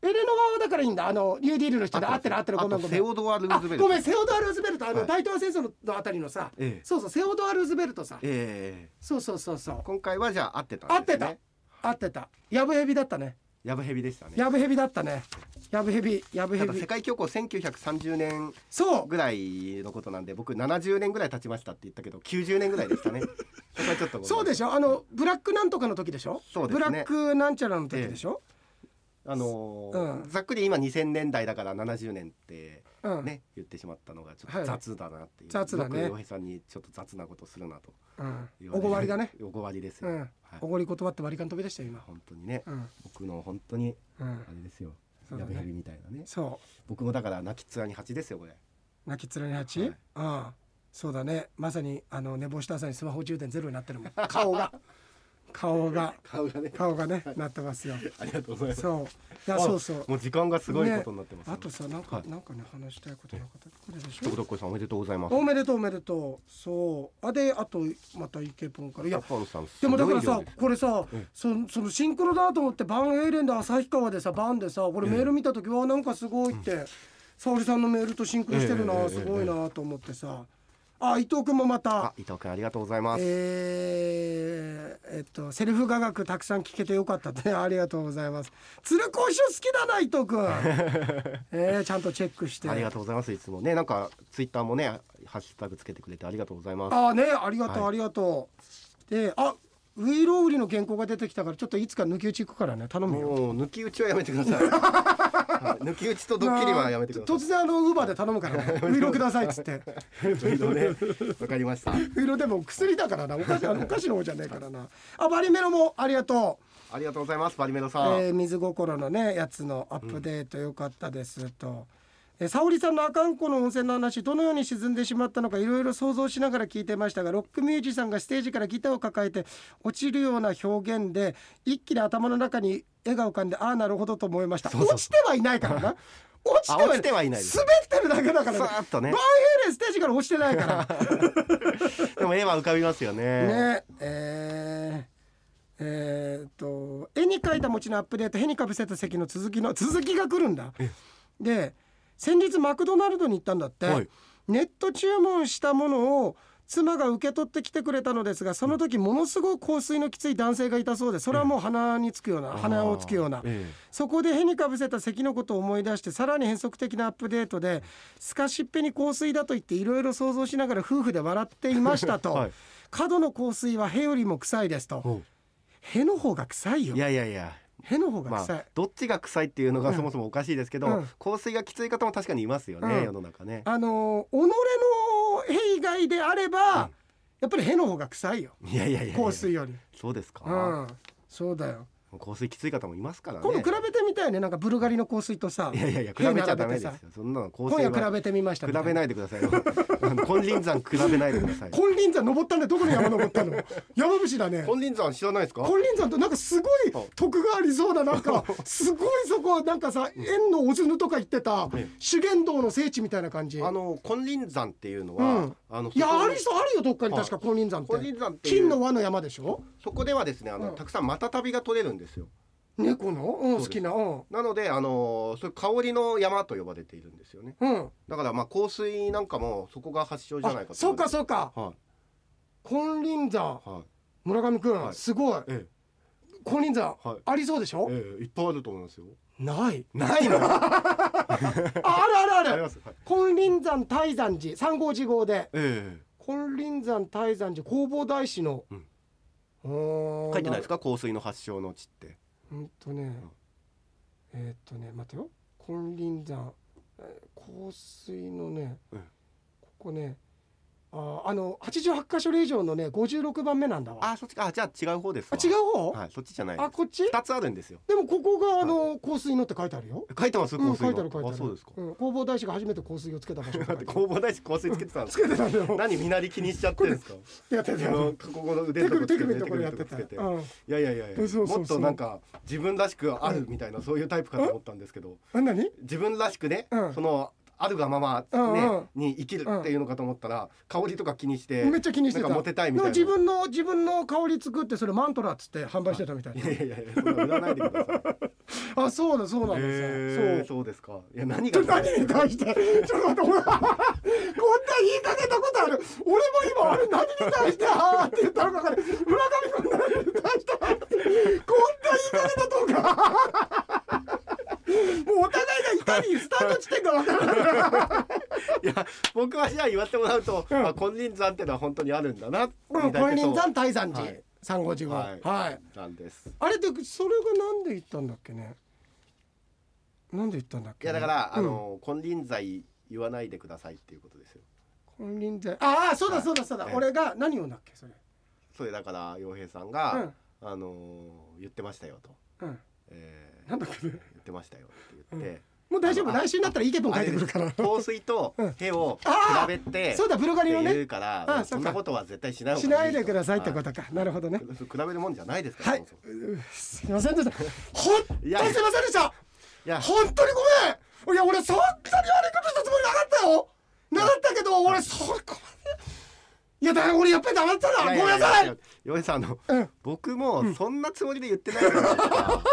Speaker 1: エレノアはだからいいんだあのニューディールの人で合ってる合ってる
Speaker 2: あ
Speaker 1: ごめ
Speaker 2: と
Speaker 1: んごめ
Speaker 2: セ
Speaker 1: ん
Speaker 2: オドア・ルー
Speaker 1: あ
Speaker 2: ズベルト
Speaker 1: ごめんセオドア・ルーズベルトあの、
Speaker 2: はい
Speaker 1: 大東亜戦争のあたりのさ、
Speaker 2: ええ
Speaker 1: そうそうセオドア・ルーズベルトさ
Speaker 2: ええ
Speaker 1: そうそうそうそう
Speaker 2: 今回はじゃあ合ってた
Speaker 1: 合
Speaker 2: ん
Speaker 1: っ
Speaker 2: です
Speaker 1: て
Speaker 2: ね
Speaker 1: た合ってたヤブヘビだったね
Speaker 2: やぶヘビでしたね
Speaker 1: ヤブヘビだったねヤブヘビヤブヘ
Speaker 2: ただ世
Speaker 1: ビ
Speaker 2: 界恐慌1930年
Speaker 1: そう
Speaker 2: ぐらいのことなんで僕70年ぐらい経ちましたって言ったけど90年ぐらい でしたねそこはちょっとごめんなさい
Speaker 1: そうでしょあのブラックなんとかの時でしょ
Speaker 2: そうです
Speaker 1: ブ
Speaker 2: ね
Speaker 1: ラックなんちゃらの時でしょ、
Speaker 2: あのー
Speaker 1: うん
Speaker 2: ざっくり今2000年代だから70年って
Speaker 1: うん、
Speaker 2: ね、言ってしまったのがちょっ
Speaker 1: はい
Speaker 2: と雑だなっていう、
Speaker 1: 雑だね
Speaker 2: よく洋平さんにちょっと雑なことするなと
Speaker 1: うん
Speaker 2: 言、
Speaker 1: お
Speaker 2: れる
Speaker 1: ごわりだね
Speaker 2: おごわりです
Speaker 1: う
Speaker 2: よ、
Speaker 1: ん、
Speaker 2: はい、
Speaker 1: おごり断って割り勘飛びでしたよ今
Speaker 2: 本当にね、
Speaker 1: うん
Speaker 2: 僕の本当に
Speaker 1: うん
Speaker 2: あれですよ、
Speaker 1: そうだ
Speaker 2: や
Speaker 1: ね
Speaker 2: べへびみたいなね
Speaker 1: そ
Speaker 2: 僕もだから泣きっ面に蜂ですよこれ
Speaker 1: う泣き連れに蜂、
Speaker 2: はい
Speaker 1: ああそうだねまさにあの寝坊した朝にスマホ充電ゼロになってるもん顔 が顔が
Speaker 2: 顔がね
Speaker 1: 顔がねなってますよ
Speaker 2: ありがとうございます
Speaker 1: そういや
Speaker 2: あ
Speaker 1: そうそう
Speaker 2: もう時間がすごいことになってます、
Speaker 1: あとさなんか、
Speaker 2: はい
Speaker 1: なんかね話したいことなかったこれでし
Speaker 2: どこ
Speaker 1: ょ
Speaker 2: どこさんおめでとうございます
Speaker 1: おめでとうおめでとうそうあであとまたイケポンからいや
Speaker 2: パンさんす
Speaker 1: でもだから
Speaker 2: ごい
Speaker 1: さ
Speaker 2: 量ですよ
Speaker 1: これさ
Speaker 2: うん
Speaker 1: そのそのシンクロだと思ってバンエイレンで旭川でさバンでさこれ
Speaker 2: ええ
Speaker 1: メール見た時はなんかすごいって沙織さんのメールとシンクロしてる
Speaker 2: えええ
Speaker 1: な
Speaker 2: え
Speaker 1: すごいなと思ってさあ伊藤君もま
Speaker 2: あ
Speaker 1: た
Speaker 2: 伊藤君ありがとうございます、
Speaker 1: えーえっとセルフ雅楽たくさん聞けてよかったね ありがとうございます鶴子師匠好きだな伊藤 君えーちゃんとチェックして
Speaker 2: ありがとうございますいつもねなんかツイッターもねハッシュタグつけてくれてありがとうございます
Speaker 1: ああねありがとう、
Speaker 2: はい
Speaker 1: ありがとうであウイロウリの原稿が出てきたからちょっといつか抜き打ち行くからね頼むよ
Speaker 2: もう抜き打ちはやめ てください、はい抜き打ちとドッキリはやめてください
Speaker 1: 突然あのウーバーで頼む からねウイロくださいっつって
Speaker 2: ちょいとねわかりました
Speaker 1: ウイロでも薬だからなお菓子あのお菓子の方じゃねえからなあバリメロもありがとう
Speaker 2: ありがとうございますバリメロさん、
Speaker 1: えー、水心のねやつのアップデート良かったですと、えー沙織さんの阿寒湖の温泉の話どのように沈んでしまったのかいろいろ想像しながら聞いてましたがロックミュージシャンがステージからギターを抱えて落ちるような表現で一気に頭の中に絵が浮かんでああなるほどと思いました
Speaker 2: そうそう
Speaker 1: 落ちてはいないから な落ちては
Speaker 2: あ落ちてはいないです
Speaker 1: 滑ってるだけだから
Speaker 2: さーっとね
Speaker 1: バンヘイレンステージから落ちてないから
Speaker 2: でも絵は浮かびますよね
Speaker 1: ねえーえーっと絵に描いた餅のアップデート「へにかぶせた席」の続きの続きが来るんだ
Speaker 2: え
Speaker 1: で先日マクドナルドに行ったんだって、
Speaker 2: はい
Speaker 1: ネット注文したものを妻が受け取ってきてくれたのですがその時ものすごく香水のきつい男性がいたそうでそれはもう鼻につくような鼻をつくような
Speaker 2: ええ
Speaker 1: そこでへにかぶせた咳のことを思い出してさらに変則的なアップデートでスカシッペに香水だと言っていろいろ想像しながら夫婦で笑っていましたと、
Speaker 2: はい
Speaker 1: 角の香水はへよりも臭いですと
Speaker 2: ほ
Speaker 1: への方が臭いうよ
Speaker 2: いやいやいや
Speaker 1: への方が
Speaker 2: ま
Speaker 1: 臭い、
Speaker 2: あどっちが臭いっていうのがそもそもおかしいですけど、
Speaker 1: うん
Speaker 2: 香水がきつい方も確かにいますよね、
Speaker 1: うん
Speaker 2: 世の中ね
Speaker 1: あ、のー己のへ以外であれば、
Speaker 2: うん
Speaker 1: やっぱりへの方が臭いよ
Speaker 2: いやいやいやいや
Speaker 1: 香水より
Speaker 2: そうですか、
Speaker 1: うんそうだよ
Speaker 2: 香水きつい方もいますからね
Speaker 1: 今度比べてみたいねなんかブルガリの香水とさ
Speaker 2: いやいやいや比
Speaker 1: へ
Speaker 2: べち
Speaker 1: 並
Speaker 2: ゃダ
Speaker 1: べ
Speaker 2: メ
Speaker 1: て
Speaker 2: です
Speaker 1: さ
Speaker 2: よそんなの香
Speaker 1: 今
Speaker 2: 水
Speaker 1: 夜比
Speaker 2: は
Speaker 1: べてみました
Speaker 2: 比べないいでくださいよ あの金輪山比べないでください
Speaker 1: 金輪山登ったんでどこの山登った の山伏だね
Speaker 2: 金輪山知らないですか
Speaker 1: 金輪山となんかすごい
Speaker 2: はい
Speaker 1: 徳がありそうななんかすごいそこなんかさ縁のおずぬとか言ってた
Speaker 2: ええ
Speaker 1: 修験道の聖地みたいな感じいや
Speaker 2: あの金輪山っていうのは、
Speaker 1: うん
Speaker 2: あのそこ
Speaker 1: ある人あるよどっかに確か金輪山っ
Speaker 2: 金
Speaker 1: て
Speaker 2: 輪山っていう
Speaker 1: 金の輪の山でしょ
Speaker 2: そこではですねあの、
Speaker 1: うん
Speaker 2: たくさんマタタビが取れるんですよ
Speaker 1: 猫のうん
Speaker 2: そうです
Speaker 1: 好きなうん
Speaker 2: なのであのそういう香りの山と呼ばれているんですよね
Speaker 1: うん
Speaker 2: だからまあ香水なんかもそこが発祥じゃな
Speaker 1: あ
Speaker 2: いかと
Speaker 1: そうか
Speaker 2: う
Speaker 1: そうか
Speaker 2: は
Speaker 1: 金輪山
Speaker 2: いはい
Speaker 1: 村上く
Speaker 2: は
Speaker 1: ん
Speaker 2: い
Speaker 1: すごい
Speaker 2: え
Speaker 1: 金輪山
Speaker 2: はい
Speaker 1: ありそうでしょ
Speaker 2: えええいっぱいあると思いますよ
Speaker 1: ない
Speaker 2: ないのあ
Speaker 1: ああるあるあ
Speaker 2: り
Speaker 1: る
Speaker 2: ますはい
Speaker 1: 金輪山泰山寺三号寺号で
Speaker 2: え
Speaker 1: 金輪山泰山寺弘法大師の
Speaker 2: うんえ
Speaker 1: 書
Speaker 2: 書いてないですか香水の発祥の地って
Speaker 1: うんとね、えーっとね待てよ金輪山えー香水のね、
Speaker 2: うん
Speaker 1: ここねあーあの88箇所例以上のね56番目なんだわあ
Speaker 2: あそっちかあじゃあ違う方ですわ
Speaker 1: 違う方、
Speaker 2: はいそっちじゃない
Speaker 1: あこっち
Speaker 2: 二つあるんですよ
Speaker 1: でもここがあの、香水のって書いてあるよ、
Speaker 2: 書いてます香
Speaker 1: うん、
Speaker 2: 水の
Speaker 1: 書いてある書いてある
Speaker 2: あそうですか
Speaker 1: ん、弘法大師が初めて香水をつけた場所
Speaker 2: だって工房大師香水つけてたんです
Speaker 1: つ けてたんだよ
Speaker 2: 何みなり気にしちゃってるんですか
Speaker 1: やって
Speaker 2: あ
Speaker 1: たよ
Speaker 2: のここの腕
Speaker 1: 手首
Speaker 2: のと
Speaker 1: 手
Speaker 2: こつけ
Speaker 1: 首
Speaker 2: て
Speaker 1: のところやってた
Speaker 2: 手首のとこつけて
Speaker 1: うん
Speaker 2: いやいやいやい
Speaker 1: そうそう
Speaker 2: や
Speaker 1: そう
Speaker 2: もっとなんか自分らしくあるみたいなそういうタイプかと思ったんですけど
Speaker 1: あ何
Speaker 2: 自分らしくね、
Speaker 1: うん
Speaker 2: そのあるがまま、ね
Speaker 1: うんうん
Speaker 2: に生きるっていうのかと思ったら、香りとか気にして
Speaker 1: めっちゃ気にしてた
Speaker 2: なんかモテたいみ
Speaker 1: で
Speaker 2: たい
Speaker 1: も
Speaker 2: な
Speaker 1: 自分の自分の香り作ってそれマントラっつって販売してたみたい
Speaker 2: い
Speaker 1: な
Speaker 2: やいやいやそんな売らないでください
Speaker 1: あそうだそうなんですよ、
Speaker 2: へ
Speaker 1: そう
Speaker 2: ーそうですかいや何
Speaker 1: ち
Speaker 2: が
Speaker 1: ょ何に対して ちょっと待って俺こんな言いかけたことある俺も今あれ何に対して ああって言ったのか分かる村上君何に対してあーってこんな言いかけたとか もうお互いがいかにスタート地点が分から ない
Speaker 2: いや僕はじゃあ言わせてもらうと、
Speaker 1: うん
Speaker 2: あ金輪山ってのは本当にあるんだな
Speaker 1: うん金輪山大山
Speaker 2: は
Speaker 1: 寺
Speaker 2: い
Speaker 1: 三五寺号
Speaker 2: はい
Speaker 1: はい
Speaker 2: なんです
Speaker 1: あれってそれがなんで言ったんだっけねなんで言ったんだっ
Speaker 2: い
Speaker 1: け
Speaker 2: や
Speaker 1: ね、
Speaker 2: だから、あ
Speaker 1: うん
Speaker 2: の金輪際言わないでくださいっていうことですよ
Speaker 1: 金輪山ああそうだそうだそうだ、
Speaker 2: はい
Speaker 1: 俺が何を言うんだっけそれ
Speaker 2: それだから洋平さんが、あのー言ってましたよと、
Speaker 1: うんうん
Speaker 2: えー
Speaker 1: なんだっけね
Speaker 2: 言ってましたよって言って、
Speaker 1: もう大丈夫
Speaker 2: あのあ
Speaker 1: 来週になったらいいけど書いてくるから
Speaker 2: 香水と手を
Speaker 1: あー
Speaker 2: 比べて、
Speaker 1: そうだブルガリの
Speaker 2: って言
Speaker 1: ね
Speaker 2: うから、
Speaker 1: あそ
Speaker 2: そ
Speaker 1: っか
Speaker 2: んなことは絶対しない方 が
Speaker 1: しないでくださいって
Speaker 2: と
Speaker 1: ことかなるほどね
Speaker 2: 比べるもんじゃないですから、
Speaker 1: はい
Speaker 2: そもそうも
Speaker 1: うすいませんでした本当にすい
Speaker 2: い
Speaker 1: ま
Speaker 2: や
Speaker 1: せんでした
Speaker 2: いや
Speaker 1: 本当にごめんいや俺そんなに悪いことしたつもりなかったよなかったけど俺そこまでいやだから俺やっぱり黙ってたなごめんなさい
Speaker 2: 洋平さんあの、
Speaker 1: うん
Speaker 2: 僕もそんなつもりで言ってないじゃないで すか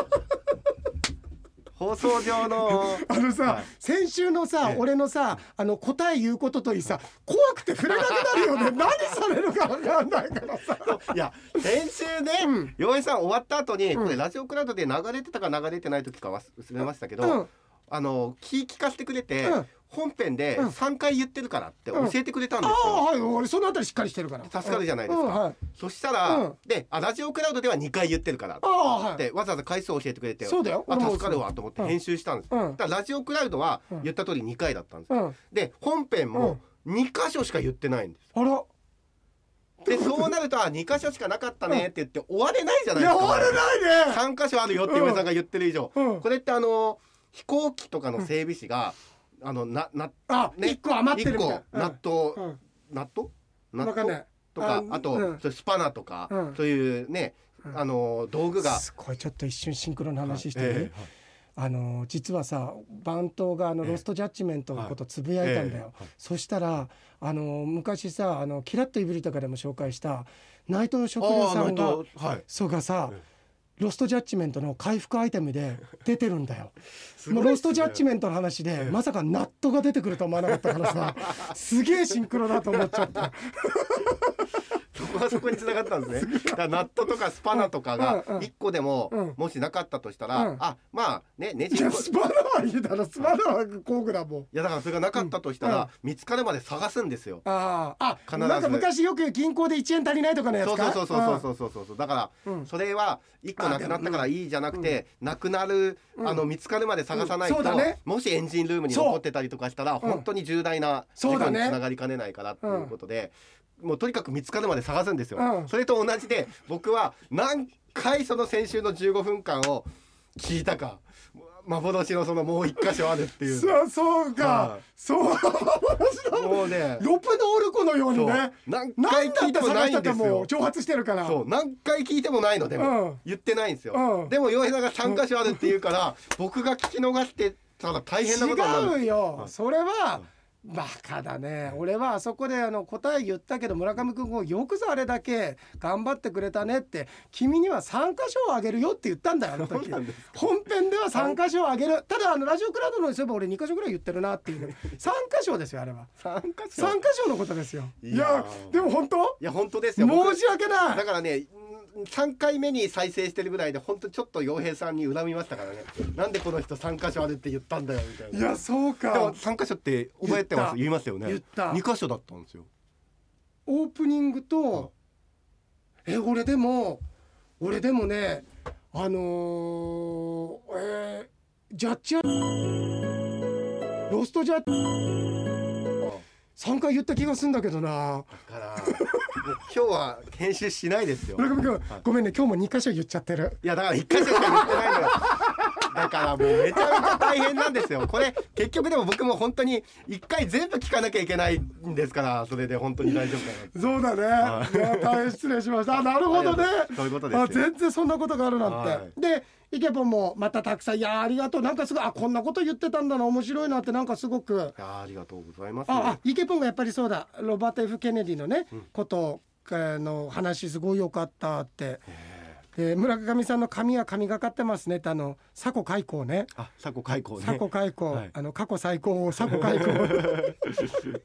Speaker 2: 放送上の
Speaker 1: あのさ、
Speaker 2: はい
Speaker 1: 先週のさ、
Speaker 2: ええ
Speaker 1: 俺のさあの答え言うことといいさ怖くて触れなくなるよね 何されるか分かんないからさ
Speaker 2: いや先週ね
Speaker 1: うん
Speaker 2: 洋平、さん終わった後に、これラジオクラウドで流れてたか流れてない時か忘れましたけど、
Speaker 1: うん
Speaker 2: あの聞聞かせてくれて、
Speaker 1: うん
Speaker 2: 本編で
Speaker 1: うん
Speaker 2: 3回言ってるからって教えてくれたんで
Speaker 1: あ
Speaker 2: す
Speaker 1: あ
Speaker 2: よ。
Speaker 1: はい俺そのあたりしっかりしてるから
Speaker 2: 助かるじゃないですか
Speaker 1: うんうんはい
Speaker 2: そしたら、
Speaker 1: うん
Speaker 2: であラジオクラウドでは2回言ってるから
Speaker 1: ああはい
Speaker 2: ってわざわざ回数を教えてくれて
Speaker 1: そうだよ
Speaker 2: あ
Speaker 1: 俺も
Speaker 2: 助かるわと思って
Speaker 1: うん
Speaker 2: 編集したんです、
Speaker 1: うん
Speaker 2: だからラジオクラウドは
Speaker 1: ん
Speaker 2: 言った通り2回だったんです、
Speaker 1: うん
Speaker 2: で本編も2箇所しか言ってないんです
Speaker 1: あら
Speaker 2: でそうなるとあ2箇所しかなかったねって言って終われないじゃない
Speaker 1: い
Speaker 2: です
Speaker 1: や
Speaker 2: か
Speaker 1: 終われないね
Speaker 2: 3箇所あるよって上さんが言ってる以上、
Speaker 1: うん
Speaker 2: これってあの飛行機とかの整備士が、あのなな
Speaker 1: あ
Speaker 2: ね
Speaker 1: 一個余ってる
Speaker 2: 一
Speaker 1: みたい
Speaker 2: 個
Speaker 1: な
Speaker 2: 納豆、
Speaker 1: うんうん
Speaker 2: 納豆納
Speaker 1: わかんない
Speaker 2: 豆とか
Speaker 1: あ
Speaker 2: あと、
Speaker 1: うん
Speaker 2: そういうスパナとか、
Speaker 1: うん
Speaker 2: そういうね、
Speaker 1: うん
Speaker 2: あの道具が
Speaker 1: すごいちょっと一瞬シンクロの話していい、
Speaker 2: ええ
Speaker 1: あの実はさ番頭があの
Speaker 2: ええ
Speaker 1: ロストジャッジメントのことつぶやいたんだよ、
Speaker 2: ええはい
Speaker 1: そしたらあの昔さあの「キラッとイブリとかでも紹介した内藤食堂さんが
Speaker 2: ああはい
Speaker 1: そうがさ、
Speaker 2: ええ
Speaker 1: ロストジャッジメントの回復アイテムで出てるんだよ。
Speaker 2: す
Speaker 1: も
Speaker 2: ご
Speaker 1: う
Speaker 2: い
Speaker 1: ロ
Speaker 2: っすね
Speaker 1: ストジャッジメントの話で、まさか納豆が出てくるとは思わなかったから さすげえシンクロだと思っちゃった。
Speaker 2: そこはそこに繋がったんで すね。だからナットとかスパナとかが
Speaker 1: うんうん
Speaker 2: 一個で
Speaker 1: うん
Speaker 2: ももしなかったとしたら、
Speaker 1: うん
Speaker 2: あまあねネ
Speaker 1: い
Speaker 2: ジ
Speaker 1: や
Speaker 2: い
Speaker 1: スパナはいいだろスパナは工具だもん。
Speaker 2: やだからそれがなかったとしたら、見つかるまで探すんですよ。
Speaker 1: あああ
Speaker 2: 必ず
Speaker 1: なんか昔よく銀行で1円足りないとかのやつ
Speaker 2: そうそ
Speaker 1: か
Speaker 2: うそうそうそうそうそうそうだから、
Speaker 1: うん
Speaker 2: それは一個なくなったからいいじゃなくて、なくなる、あの見つかるまで探さないと、
Speaker 1: うんそうだね
Speaker 2: もしエンジンルームに残ってたりとかしたら
Speaker 1: そう
Speaker 2: 本当に重大な
Speaker 1: そ
Speaker 2: 事
Speaker 1: う
Speaker 2: 故
Speaker 1: だ
Speaker 2: に
Speaker 1: ね
Speaker 2: つながりかねないからっていうことで、もうとにかく見つかるまで探すんですよ、
Speaker 1: うん
Speaker 2: それと同じで僕は何回その先週の15分間を聞いたか幻のそのもう一箇所あるっていう
Speaker 1: そうそう
Speaker 2: は
Speaker 1: か
Speaker 2: い
Speaker 1: そう
Speaker 2: もうね
Speaker 1: ロプノールコのようにね
Speaker 2: そう何
Speaker 1: 何
Speaker 2: 回
Speaker 1: だ
Speaker 2: 聞
Speaker 1: っ
Speaker 2: い
Speaker 1: て
Speaker 2: ても
Speaker 1: 探
Speaker 2: な
Speaker 1: し
Speaker 2: い
Speaker 1: た
Speaker 2: ん
Speaker 1: って
Speaker 2: です
Speaker 1: も
Speaker 2: よ
Speaker 1: う蒸発してるから
Speaker 2: そう何回聞いてもないのでも、
Speaker 1: うん
Speaker 2: 言ってないんですよ、
Speaker 1: うん
Speaker 2: でも洋平さんが3箇所あるって言うから僕が聞き逃してたら大変なことになる
Speaker 1: 違うよ
Speaker 2: うん
Speaker 1: それはバカだね俺はあそこであの答え言ったけど村上君もよくぞあれだけ頑張ってくれたねって君には3箇所をあげるよって言ったんだよあの時
Speaker 2: そうなんです
Speaker 1: 本編では3箇所をあげるただあのラジオクラウドのにすれば俺2箇所ぐらい言ってるなっていう3 箇所ですよあれは
Speaker 2: 3箇
Speaker 1: 3箇
Speaker 2: 所
Speaker 1: 所のことですよい
Speaker 2: い
Speaker 1: や
Speaker 2: や
Speaker 1: でも本当
Speaker 2: いや本当ですよ僕
Speaker 1: 申し訳な
Speaker 2: だ
Speaker 1: い
Speaker 2: からね3回目に再生してるぐらいで本当ちょっと洋平さんに恨みましたからねなんでこの人3箇所あるって言ったんだよみたいない
Speaker 1: やそう
Speaker 2: でも
Speaker 1: か
Speaker 2: 3箇所って覚えてます
Speaker 1: 言
Speaker 2: 言いますよね
Speaker 1: 言った
Speaker 2: 2箇所だったんですよ
Speaker 1: オープニングとえ俺でも俺でもねあのーえージャッジアロストジャッジ3回言った気がすんだけどな
Speaker 2: だからもう今日は編集しないですよ
Speaker 1: 村上君、
Speaker 2: はい
Speaker 1: ごめんね今日も2箇所言っちゃってる
Speaker 2: いやだから一回しか言ってないのよだからもうめちゃめちゃ大変なんですよこれ結局でも僕も本当に一回全部聞かなきゃいけないんですからそれで本当に大丈夫かなって
Speaker 1: そうだね、、
Speaker 2: はい
Speaker 1: や大変失礼しま したあなるほどね
Speaker 2: ありがとうそういうことですよ
Speaker 1: あ全然そんなことがあるなんて、
Speaker 2: は
Speaker 1: でイケポンもまたたくさん「いやありがとう」なんかすごいあこんなこと言ってたんだな面白いなってなんかすごく
Speaker 2: いやーありがとうございます
Speaker 1: ああイケポンがやっぱりそうだロバート・ F ・ケネディのね、ことえーの話すごい良かったってで村上さんの髪は髪がかってますねってあの佐古開口ね
Speaker 2: あ佐古開口ね
Speaker 1: 佐古開口、
Speaker 2: はい
Speaker 1: あの過去最高を佐古開口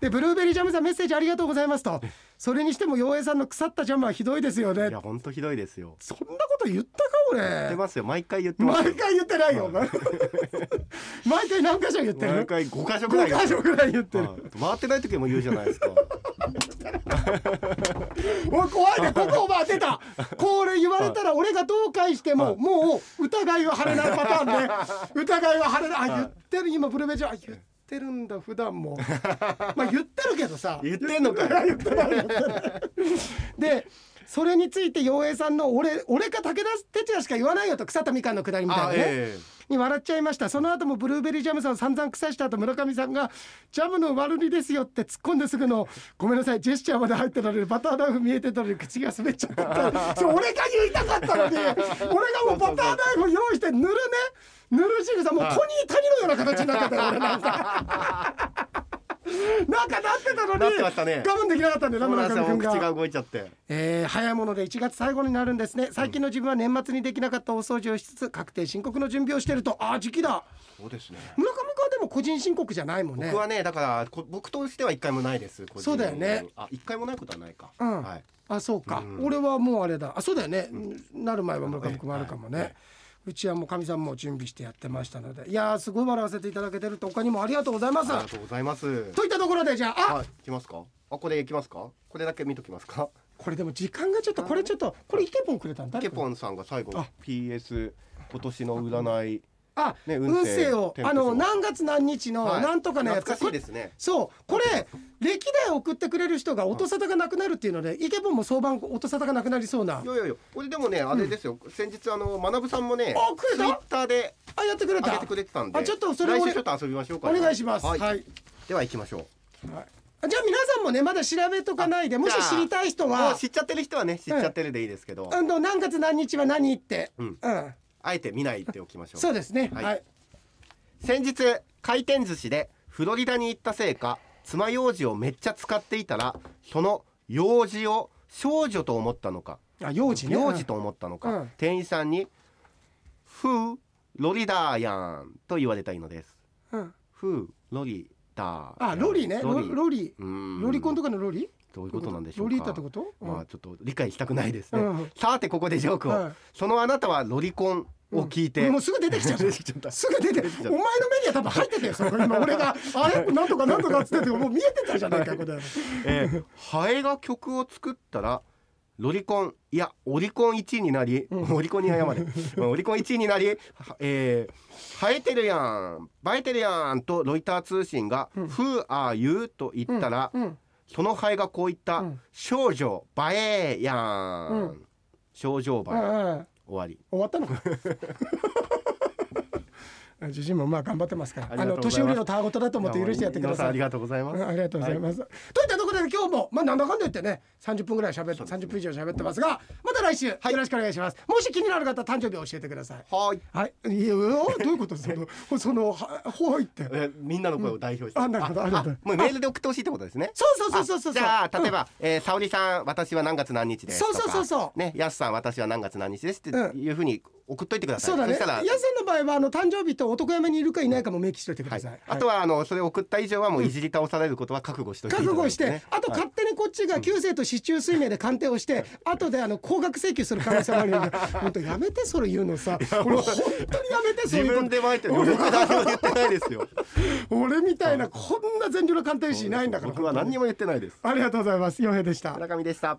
Speaker 1: でブルーベリージャムさんメッセージありがとうございますとそれにしても陽平さんの腐ったジャムはひどいですよね
Speaker 2: いや本当ひどいですよ
Speaker 1: そんなこと言ったか
Speaker 2: 言って
Speaker 1: 俺
Speaker 2: ますよ毎回言ってますよ
Speaker 1: 毎回言ってないよ、
Speaker 2: は
Speaker 1: 毎回何箇所言ってる
Speaker 2: 毎回五箇所ぐら
Speaker 1: 5
Speaker 2: い言っ
Speaker 1: 箇
Speaker 2: て
Speaker 1: 所
Speaker 2: る
Speaker 1: ぐらい言ってる
Speaker 2: はい回ってない時も言うじゃないですか
Speaker 1: おい怖いねここを当てたこれ言われたら俺がどう返してももう疑いは晴れないパター ンで疑いは晴れないあ言ってる今ブルベジャーあ言ってるんだ普段もまあ言ってるけどさ
Speaker 2: 言ってんのかよ
Speaker 1: でそれについて陽平さんの俺俺か武田鉄矢しか言わないよと腐ったみかんのくだりみたいな
Speaker 2: あ
Speaker 1: ね、
Speaker 2: え
Speaker 1: に笑っちゃいましたその後もブルーベリージャムさんを散々腐した後村上さんが「ジャムの悪りですよ」って突っ込んですぐの「ごめんなさいジェスチャーまで入ってたのにバターナイフ見えてたのに口が滑っちゃ った」それ俺が言いたかったのに俺がもうバターナイフ用意して塗るね塗る仕草もうトニー谷のような形になってたよ俺なんか。 なんかなってたのに
Speaker 2: なってましたね
Speaker 1: 我慢できなかったんだ
Speaker 2: え
Speaker 1: よな
Speaker 2: そうなんです
Speaker 1: 村上
Speaker 2: よも
Speaker 1: 君が
Speaker 2: う口が動いちゃって
Speaker 1: えー早いもので1月最後になるんですね最近の自分は年末にできなかったお掃除をしつつ確定申告の準備をしてるとあー時期だ
Speaker 2: そうですね
Speaker 1: 村上君はでも個人申告じゃないもんね
Speaker 2: 僕はねだからこ僕としては一回もないです個人
Speaker 1: そうだよね
Speaker 2: あ一回もないことはないか、
Speaker 1: うん
Speaker 2: はい
Speaker 1: あそうか、俺はもうあれだあそうだよね、なる前は村上君もあるかもね、
Speaker 2: はいはいう
Speaker 1: ちはもうかみさんも準備してやってましたのでいやーすごい笑わせていただけてると他にもありがとうございま
Speaker 2: あ
Speaker 1: す
Speaker 2: りがとうございます
Speaker 1: といったところでじゃああ、
Speaker 2: はい行きますかあこれ行きますかこれだけ見ときますか
Speaker 1: これでも時間がちょっとこれちょっとこれイケポンくれたんだ
Speaker 2: ケポンさんが最後
Speaker 1: あ
Speaker 2: PS 今年の占い
Speaker 1: あ、
Speaker 2: ね運勢
Speaker 1: 運勢を
Speaker 2: 天
Speaker 1: あ
Speaker 2: 秤
Speaker 1: の
Speaker 2: を
Speaker 1: 何月何日の
Speaker 2: はい
Speaker 1: なんとかのやつ、
Speaker 2: 懐かしいですね
Speaker 1: そうこれ歴代送ってくれる人が音沙汰がなくなるっていうのでイケボンも相場音沙汰がなくなりそうない
Speaker 2: やいやいやこれでもねあれですよ、先日あのまなぶさんもね
Speaker 1: あくれた
Speaker 2: ツイッターで
Speaker 1: あやってくれ
Speaker 2: 上げ
Speaker 1: た
Speaker 2: てくれてたんで
Speaker 1: あちょっとそれ
Speaker 2: 来
Speaker 1: 俺
Speaker 2: 週ちょっと遊びましょうか
Speaker 1: お願いしますは、
Speaker 2: はいい、
Speaker 1: はい
Speaker 2: では行きましょ
Speaker 1: あじゃあ皆さんもねまだ調べとかないで
Speaker 2: う
Speaker 1: もし知りたい人
Speaker 2: もう
Speaker 1: は
Speaker 2: 知っちゃってる人はね知っちゃってるでいいですけど、
Speaker 1: あの何月何日は何って、
Speaker 2: うん
Speaker 1: うん
Speaker 2: あえて見ないっておきましょう
Speaker 1: そうですねは、
Speaker 2: はいい先日回転寿司でフロリダに行ったせいか爪楊枝をめっちゃ使っていたらその楊枝を少女と思ったのか
Speaker 1: あ幼児ね
Speaker 2: 幼児と思ったのか、
Speaker 1: うん
Speaker 2: 店員さんに「フーロリダーやん」と言われたいのです
Speaker 1: うんうん
Speaker 2: 「フーロリダーやん」
Speaker 1: あロリねロロリ
Speaker 2: うーん
Speaker 1: ロリコンとかのロリ
Speaker 2: どういうことなんでしょう
Speaker 1: ロリー
Speaker 2: か
Speaker 1: タってこと、うん
Speaker 2: まあちょっと理解したくないですね、
Speaker 1: うん
Speaker 2: さてここでジョークを、
Speaker 1: はい
Speaker 2: そのあなたはロリコンを聞いて、
Speaker 1: もうすぐ出てきちゃう
Speaker 2: 出てきちゃった
Speaker 1: すぐ出て
Speaker 2: きちゃった
Speaker 1: お前の目には多分入ってたよそれ今俺 が「あれなんとかなんとか」っつっててもう見えてたじゃないかこれ
Speaker 2: えーハエが曲を作ったらロリコンいやオリコン1位になり、オリコンに 謝れまあオリコン1位になり、はえー、生えてるやん映えてるやんとロイター通信が「Who are you?」と言ったら、
Speaker 1: うん
Speaker 2: そのハエがこう言った「
Speaker 1: うん
Speaker 2: 少女映えやん」
Speaker 1: うん
Speaker 2: 少女映え、
Speaker 1: うんうん
Speaker 2: 終わり
Speaker 1: 終わったの か自身もまあ頑張ってますから
Speaker 2: あ
Speaker 1: あ
Speaker 2: りがと
Speaker 1: の
Speaker 2: うございます
Speaker 1: 年寄りのたわごとだと思って許してやってくだ
Speaker 2: 皆ん
Speaker 1: さ
Speaker 2: あ
Speaker 1: い
Speaker 2: りがとうございます、
Speaker 1: うんありがとうございます。といったところで今日もまあなんだかんだ言ってね30分ぐらい喋って、30分以上喋ってますがまた来週よろしくお願いします。もし気になる方誕生日を教えてください。
Speaker 2: はい
Speaker 1: はい。いやどういうことそのそのはほいって。
Speaker 2: えーみんなの声を代表して、
Speaker 1: あなるほどありがとう
Speaker 2: もうメールで送ってほしいってことです ね
Speaker 1: そうそうそうそうそう。
Speaker 2: じゃあ例えば、えー、沙織さん私は何月何日ですとか
Speaker 1: そうそうそうそう
Speaker 2: ねやすさん私は何月何日ですって
Speaker 1: うん
Speaker 2: いうふうに送っといてください、
Speaker 1: そうだね。
Speaker 2: し
Speaker 1: ヤ
Speaker 2: た
Speaker 1: ス
Speaker 2: ら
Speaker 1: さんの場合はあの誕生日と男嫁にいるかいないかも明記しておいてください。
Speaker 2: はい
Speaker 1: はい
Speaker 2: あとはあのそれを送った以上はもういじり倒されることは覚悟しておいてい
Speaker 1: 覚
Speaker 2: ただい
Speaker 1: 悟
Speaker 2: て
Speaker 1: して、あと勝手にこっちが旧姓と市中水明で鑑定をして、後であの高額請求する可能性もあるん で、本当やめてそれ言うのさ、俺本当にやめてそう
Speaker 2: 自
Speaker 1: いうこと
Speaker 2: 分。で巻いてる僕何も言ってないですよ
Speaker 1: 俺みたいなこんな善良な鑑定士いないんだから。
Speaker 2: 僕は何にも言ってないです
Speaker 1: ありがとうございます。洋平でした。
Speaker 2: 村上でした